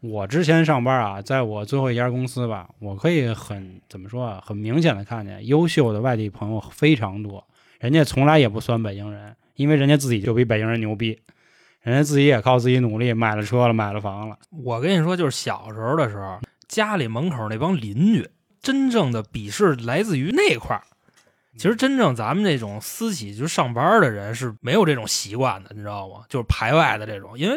我之前上班啊，在我最后一家公司吧，我可以很怎么说啊，很明显的看见优秀的外地朋友非常多，人家从来也不酸北京人，因为人家自己就比北京人牛逼，人家自己也靠自己努力买了车了，买了房了，
我跟你说，就是小时候的时候，家里门口那帮邻居，真正的鄙视来自于那块儿。其实真正咱们这种私企就是上班的人是没有这种习惯的，你知道吗？就是排外的这种，因为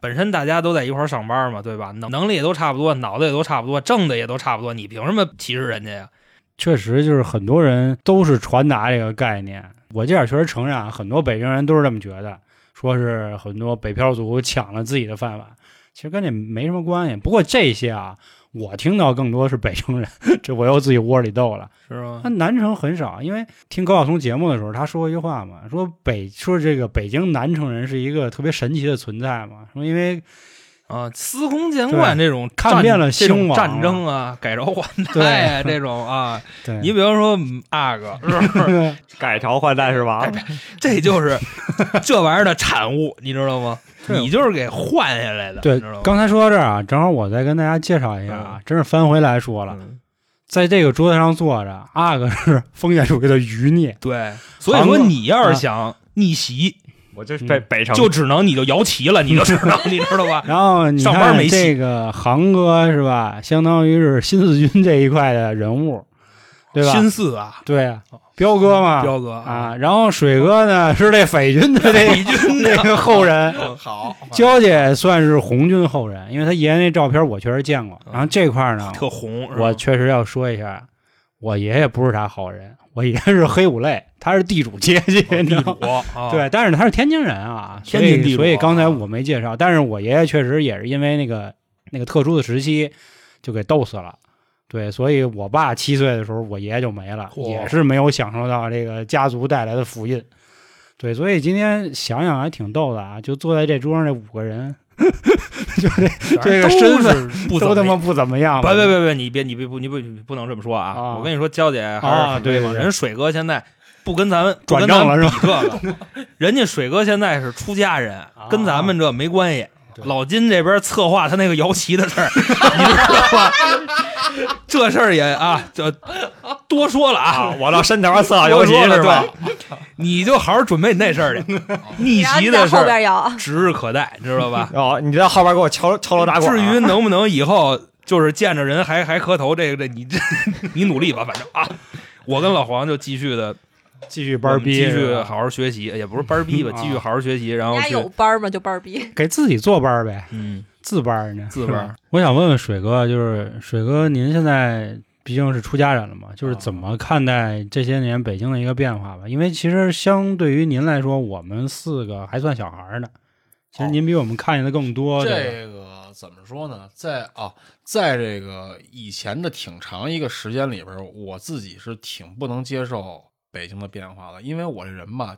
本身大家都在一块儿上班嘛，对吧？能能力也都差不多，脑子也都差不多，挣的也都差不多，你凭什么歧视人家呀？
确实就是很多人都是传达这个概念。我这点确实承认啊，很多北京人都是这么觉得，说是很多北漂族抢了自己的饭碗，其实跟这没什么关系。不过这些啊，我听到更多是北京人， 这我又自己窝里斗了。
是吗
那？南城很少，因为听高晓松节目的时候，他说过一句话嘛，说北说这个北京南城人是一个特别神奇的存在嘛，说因为
啊，司空见惯这种
看
战
遍了
这种
兴亡
战争啊，改朝换代啊，这种啊，
对
你比方说嗯阿哥是不是？
改朝换代是吧？
这就是这玩意儿的产物，你知道吗？
对
你就是给换下来 的，
对
你知道，吗？
刚才说到这儿啊，正好我再跟大家介绍一下啊，真是翻回来说了。
嗯
在这个桌子上坐着，阿哥是 封建主义的余孽。
对，所以说你要是想逆袭，
我就北
嗯
北城
就只能你就摇旗了，你就知道，你知道吧？
然后你
上班
看
没戏
这个航哥是吧，相当于是新四军这一块的人物，对吧？
新四啊，
对啊，彪哥嘛，
彪哥，
啊，然后水哥呢是这匪军的
李
那
军
那个后 人，
好，
娇姐算是红军后人，因为她爷爷那照片我确实见过。然后这块呢，
嗯特红，是吧
我确实要说一下，我爷爷不是啥好人，我爷爷是黑五类， 他是地主阶级，你知
地
道吗
主啊，
对，但是他是天津人啊，所
天津
以
地主
所以刚才
啊
我没介绍，但是我爷爷确实也是因为那个那个特殊的时期就给斗死了。对，所以我爸七岁的时候，我爷爷就没了，
嚯
也是没有享受到这个家族带来的福荫。对，所以今天想想还挺逗的啊，就坐在这桌上这五个人， 就这
反正
这个
都
身份
是不怎
都他妈
么样。
不怎么样
别
吧。
别别别，你别你别不你不你不能这么说啊
啊！
我跟你说，娇姐还是
啊
很
对
威风
对对
人水哥现在不跟咱们不
转
跟
正
咱们
了是吧？啊
这个，人家水哥现在是出家人，跟咱们这没关系。
对
老金这边策划他那个摇旗的事儿，你知道吗？ 这事儿也啊，就多说了
啊
啊，，
我到伸头上刺好游
多
戏
说了
是吧？
对，你就好好准备你那事儿 去，逆
然后
袭
你
的
在
事
后
儿
边摇，
指日可待，你知道吧？
哦，你在后边给我敲敲锣打鼓啊。
至于能不能以后就是见着人还还磕头，这个这你这 你努力吧，反正啊，我跟老黄就继续的
继续班儿逼，
继续
是吧
好好学习，也不是班儿逼吧，
啊
继续好好学习，然后
人家
去
有班儿吗？就班儿逼。
给自己做班儿呗，
嗯。
自班儿呢？
自班儿。
我想问问水哥，就是水哥，您现在毕竟是出家人了嘛，就是怎么看待这些年北京的一个变化吧？因为其实相对于您来说，我们四个还算小孩儿呢，其
哦
实您比我们看见的更多。对吧
这个怎么说呢？在啊，在这个以前的挺长一个时间里边儿，我自己是挺不能接受北京的变化的，因为我这人吧，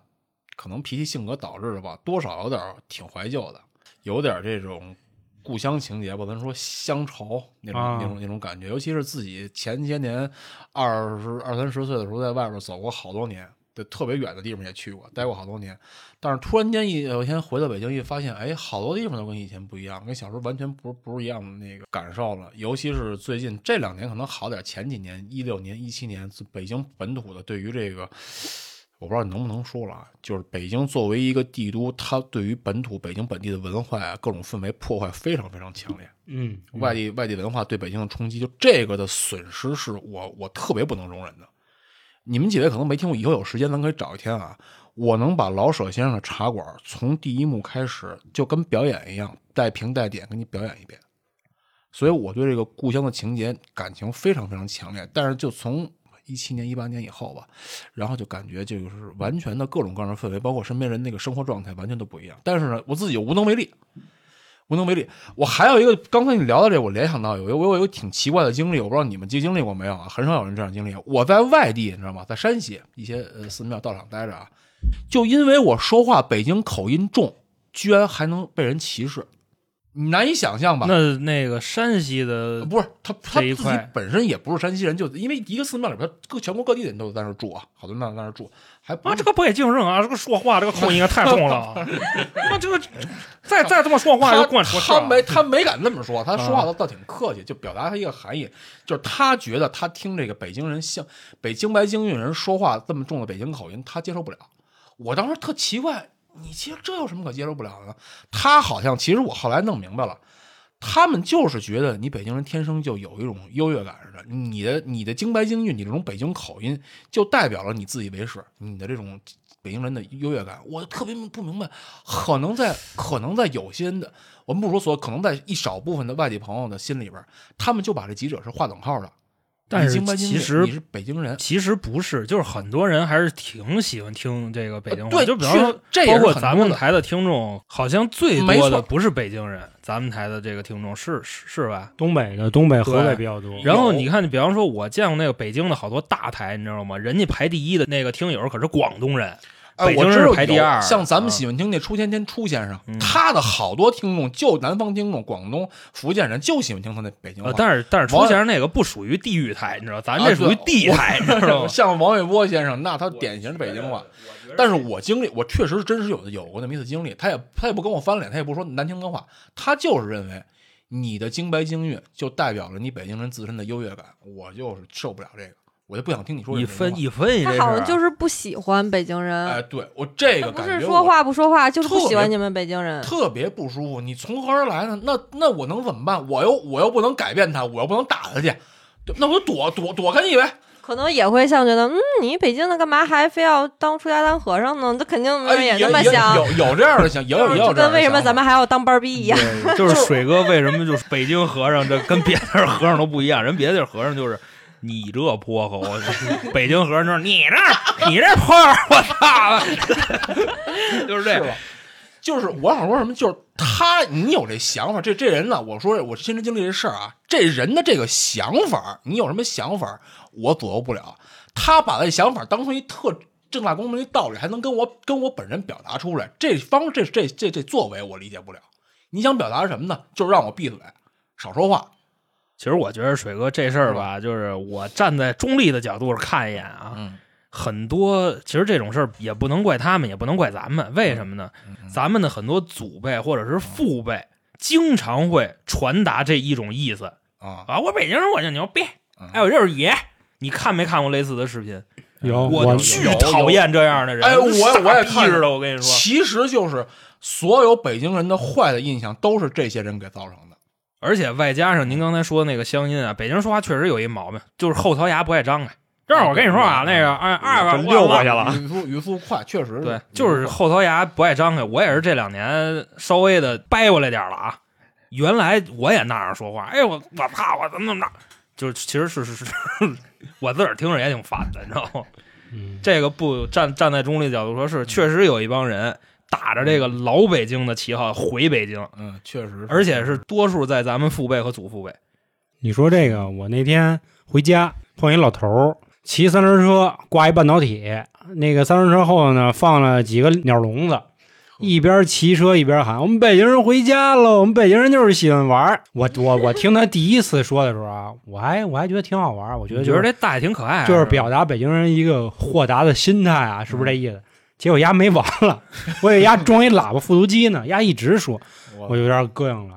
可能脾气性格导致的吧，多少有点儿挺怀旧的，有点儿这种故乡情节吧，咱说乡愁那种、
啊
那种那种感觉，尤其是自己前些年二十二三十岁的时候，在外边走过好多年。对，特别远的地方也去过，待过好多年，但是突然间一有一天回到北京，一发现，哎，好多地方都跟以前不一样，跟小时候完全不不是一样的那个感受了。尤其是最近这两年可能好点，前几年一六年、一七年，自北京本土的对于这个我不知道你能不能说了啊，就是北京作为一个帝都，它对于本土北京本地的文化呀、各种氛围破坏非常非常强烈。
嗯，
外地外地文化对北京的冲击，就这个的损失是我我特别不能容忍的。你们几位可能没听过，以后有时间咱可以找一天啊，我能把老舍先生的茶馆从第一幕开始就跟表演一样，带评带点给你表演一遍。所以我对这个故乡的情节感情非常非常强烈，但是就从一七年、一八年以后吧，然后就感觉就是完全的各种各样的氛围，包括身边人那个生活状态完全都不一样。但是呢，我自己又无能为力，无能为力。我还有一个，刚才你聊到这，我联想到有一个，我有一个挺奇怪的经历，我不知道你们经经历过没有啊？很少有人这样经历。我在外地，你知道吗？在山西一些呃寺庙道场待着啊，就因为我说话北京口音重，居然还能被人歧视，你难以想象吧？
那那个山西的
呃不是他他
这一
自己
块
本身也不是山西人，就因为一个寺庙里边，各全国各地的人都在那儿住啊，好多人在那儿住，还不
啊，
是
这个不给净正啊！这个说话这个口音也太重了 啊，那这个再再这么说话
他
就惯说啊事儿啊
他
了
没他没敢这么说，他说话倒倒挺客气，就表达他一个含义，就是他觉得他听这个北京人像北京白京运人说话这么重的北京口音，他接受不了。我当时特奇怪，你接这有什么可接受不了的呢？他好像其实我后来弄明白了。他们就是觉得你呃北京人天生就有一种优越感似的，你的你的京白京韵，你这种北京口音，就代表了你自以为是，你的这种北京人的优越感。我特别不明白，可能在可能在有些人的，我们不说所有，可能在一少部分的外地朋友的心里边，他们就把这几者是划等号的。
但
你
是
京白京韵
其实
你是北京人，
其实不是，就是很多人还是挺喜欢听这个北京话。
呃对
就比方说
确，这也
包
是
括
很
咱
多
们
的
台的听众，好像最
没
多
错
的不是北京人，咱们台的这个听众是是是吧？
东北的东北河
对
北比较多，
然后你看，比方说，我见过那个北京的好多大台，你知道吗？人家排第一的那个听友可是广东人，
哎
北京
我
人
知道
排第
有
二
像咱们
啊嗯
喜欢听那初天天初先生，他的好多听众就南方听众，广东、福建人就喜欢听他那北京话。
呃，但是但是
王
出现那个不属于地域台，你知道，咱
啊
这属于
对
地台，你知 道 吗？
像王卫波先生，那他典型的北京话。但是我经历，我确实真是有的有过那么一次经历，他也他也不跟我翻脸，他也不说难听的话，他就是认为你的京白京韵就代表了你北京人自身的优越感，我就是受不了这个，我就不想听你说这
一
种话
分一分，
他好像就是是不喜欢北京人，
哎，对我这
他
个
不
感
是
觉
说
我
话不说话，就是不
特
喜欢
别
你们北京人。
特别不舒服，你从何而来呢？那那我能怎么办？我又我又不能改变他，我又不能打他去，对那我就躲躲躲开你呗。
可能也会像觉得，嗯，你北京的干嘛还非要当出家当和尚呢？他肯定
哎，
嗯也
有
那么想，
有有这样的想，也 有也
就是
有
就
这样的想
跟
法。
为什么咱们还要当班儿逼一样。
对就是水哥为什么就是北京和尚，这跟别的地儿和尚都不一样，人别的地儿和尚就是。你这泼猴， 北京和尚就是你这你这泼猴，我操！ 就是这
是
个，
吧？就是我想说什么，就是他，你有这想法，这这人呢、我说我亲身经历这事儿啊，这人的这个想法，你有什么想法，我左右不了。他把这想法当成一特正大光明的道理，还能跟我跟我本人表达出来，这方这这这这作为我理解不了。你想表达什么呢？就是让我闭嘴，少说话。
其实我觉得水哥这事儿吧，就是我站在中立的角度上看一眼啊，
嗯
很多其实这种事儿也不能怪他们，也不能怪咱们，为什么呢？咱们的很多祖辈或者是父辈，经常会传达这一种意思
啊，
啊，我北京人我就牛逼
嗯，
哎，我就是爷。你看没看过类似的视频？
有
我
我
巨讨厌这样的人，
哎我我也
傻
看
逼似的，我跟你说。
其实就是所有北京人的坏的印象都是这些人给造成的。
而且外加上您刚才说那个乡音啊，北京人说话确实有一毛病，就是后槽牙不爱张开。这样我跟你说啊，那个二二
就
吧，
溜过去了。
语速语速快，确实
对，就是后槽牙不爱张开。我也是这两年稍微的掰过来点儿了啊。原来我也那样说话，哎，我我怕我怎么怎么着，就是其实是是是，我自个儿听着也挺烦的，你知道吗？
嗯
这个不站站在中立角度说是，确实有一帮人打着这个
嗯
老北京的旗号回北京，
嗯，确实，
而且是多数在咱们父辈和祖父辈。
你说这个，我那天回家碰一老头儿，骑三轮车挂一半导体，那个三轮车后头呢放了几个鸟笼子，一边骑车一边喊：“我们北京人回家喽！我们北京人就是喜欢玩儿。我”我我听他第一次说的时候啊，我还我还觉得挺好玩儿，我觉得
你
就
觉
是
得这大爷挺可爱啊，
就是
吧
表达北京人一个豁达的心态啊，是不是这意思？结果丫没完了，我给丫装一喇叭复读机呢，丫一直说，
我
我就有点膈应了。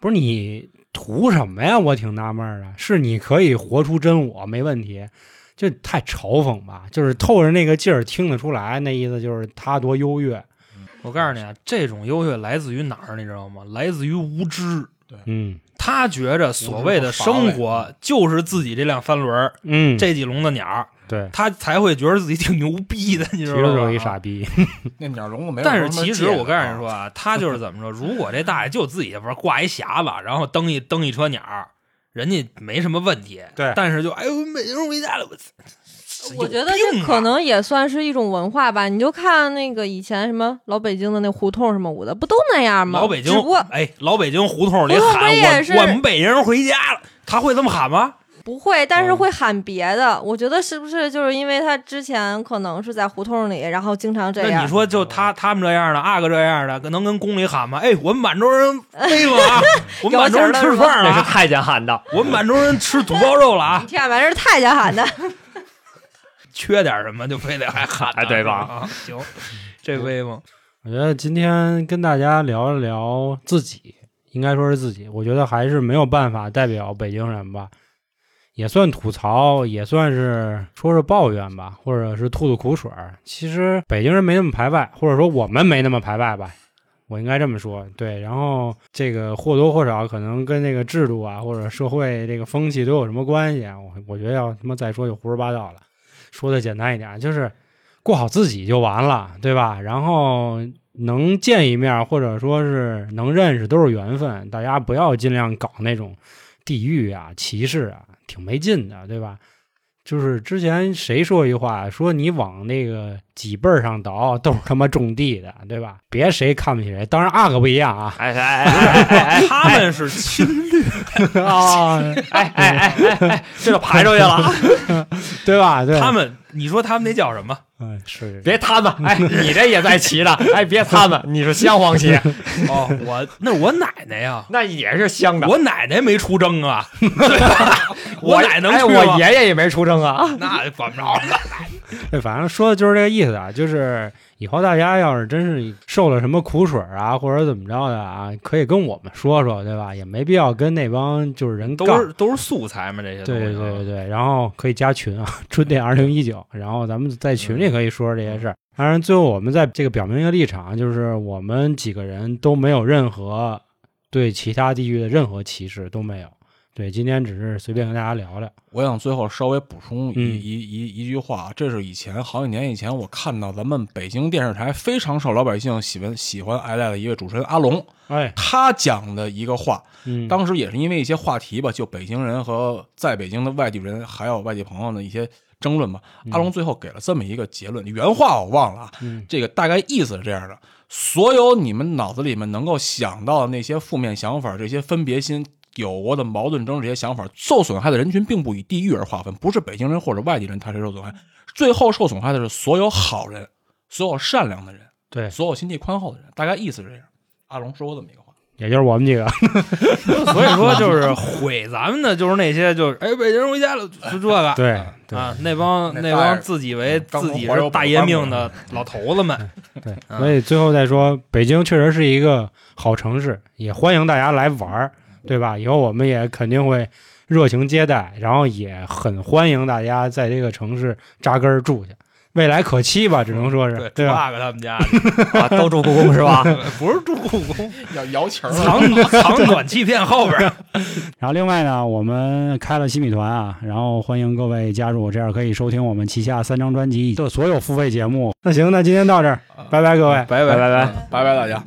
不是啊你图什么呀？我挺纳闷儿的。是你可以活出真我，没问题，这太嘲讽吧？就是透着那个劲儿听得出来，那意思就是他多优越。
我告诉你啊，这种优越来自于哪儿，你知道吗？来自于无知。
嗯
他觉着所谓的生活就是自己这辆三轮儿、
嗯，
这几笼子鸟儿，
对，
他才会觉得自己挺牛逼的，你
其
知
实
道吗？
就是一傻逼。
那鸟笼子没有
但
什么借口啊。
是其实我告诉你说啊， 他就是怎么说？如果这大爷就自己玩挂一匣子，然后蹬一蹬一车鸟儿，人家没什么问题。
对
但是就哎呦美容伟大了，我操！
我觉得
有
这
病啊
可能也算是一种文化吧。你就看那个以前什么老北京的那胡同什么舞的，不都那样吗？
老北京
只不过，
哎，老北京胡同里
胡同不
喊
也是
我我们北京人回家了，他会这么喊吗？
不会，但
嗯
是会喊别的。我觉得是不是就是因为他之前可能是在胡同里，然后经常这
那你
样。
说就他他们这样的，阿哥这样的，能跟宫里喊吗？哎，我们满洲人威风啊！我们满洲人吃饭了
那是
啊，
太监喊的。
我们满洲人吃土包肉了啊！
天啊，完这是太监喊的，
缺点什么就非得还喊呢，
哎对吧
啊，行，这威风。
我觉得今天跟大家聊一聊自己，应该说是自己，我觉得还是没有办法代表北京人吧，也算吐槽，也算是说是抱怨吧，或者是吐吐苦水儿。其实北京人没那么排外，或者说我们没那么排外吧。我应该这么说，对。然后这个或多或少可能跟那个制度啊，或者社会这个风气都有什么关系啊？我我觉得要他妈再说就胡说八道了。说的简单一点，就是过好自己就完了，对吧？然后能见一面，或者说是能认识，都是缘分。大家不要尽量搞那种地域啊、歧视啊，挺没劲的，对吧？就是之前谁说一句话，说你往那个几辈儿上倒，都是他妈种地的，对吧？别谁看不起谁，当然阿哥不一样啊
哎哎哎哎
他们是亲，
啊，
哎哎哎哎，这就排出去了，
对吧？对，
他们，你说他们那叫什么？
嗯是
别他们，哎，你这也在骑呢，哎，别他们，你是镶黄 旗，
哦，我那是我奶奶呀，
那也是镶的。
我奶奶没出征啊，
我
奶能
哎，
去
我
吗？
爷爷也没出征啊。
那管不 着了。
对，反正说的就是这个意思啊，就是以后大家要是真是受了什么苦水啊，或者怎么着的啊，可以跟我们说说，对吧？也没必要跟那帮就是人杠。
都是都是素材嘛，这些东
对
西。啊
对对对对，然后可以加群啊，春点二零一九，然后咱们在群
嗯
里可以说说这些事儿。当然，最后我们在这个表明一个立场，啊就是我们几个人都没有任何对其他地域的任何歧视都没有。对，今天只是随便跟大家聊聊。
我想最后稍微补充一、
嗯
一一一句话啊，这是以前好几年以前我看到咱们北京电视台非常受老百姓喜欢喜欢爱戴的一位主持人阿龙，
哎，
他讲的一个话，
嗯，
当时也是因为一些话题吧，就北京人和在北京的外地人还有外地朋友的一些争论吧。阿龙最后给了这么一个结论，原话我忘了啊，
嗯
这个大概意思是这样的：所有你们脑子里面能够想到的那些负面想法、这些分别心、有过的矛盾争这些想法，受损害的人群并不以地域而划分，不是北京人或者外地人他谁受损害，最后受损害的是所有好人、所有善良的人、
对，
所有心地宽厚的人。大概意思是这样。阿龙说过这么一个话。
也就是我们几个。
所以说就是毁咱们的，就是那些就是哎，北京人回家了， 就这个。
对对
啊，那帮
那
那
大爷嗯
帮自己为
张
自己
国华
是
有
大
本
爷
官
命
吗
的老头子们，
对，
嗯
所以最后再说，北京确实是一个好城市，也欢迎大家来玩儿，对吧？以后我们也肯定会热情接待，然后也很欢迎大家在这个城市扎根儿住下，未来可期吧，只能说是、
对，住
对吧？
阿哥他们家，
啊，都住故宫是吧？
不是住故宫，
要摇旗儿了。
藏 藏短气片后边儿。
然后另外呢，我们开了新米团啊，然后欢迎各位加入，这样可以收听我们旗下三张啊专辑的所有付费节目。那行，那今天到这儿，拜拜各位。
拜
拜拜拜。
拜拜，大家。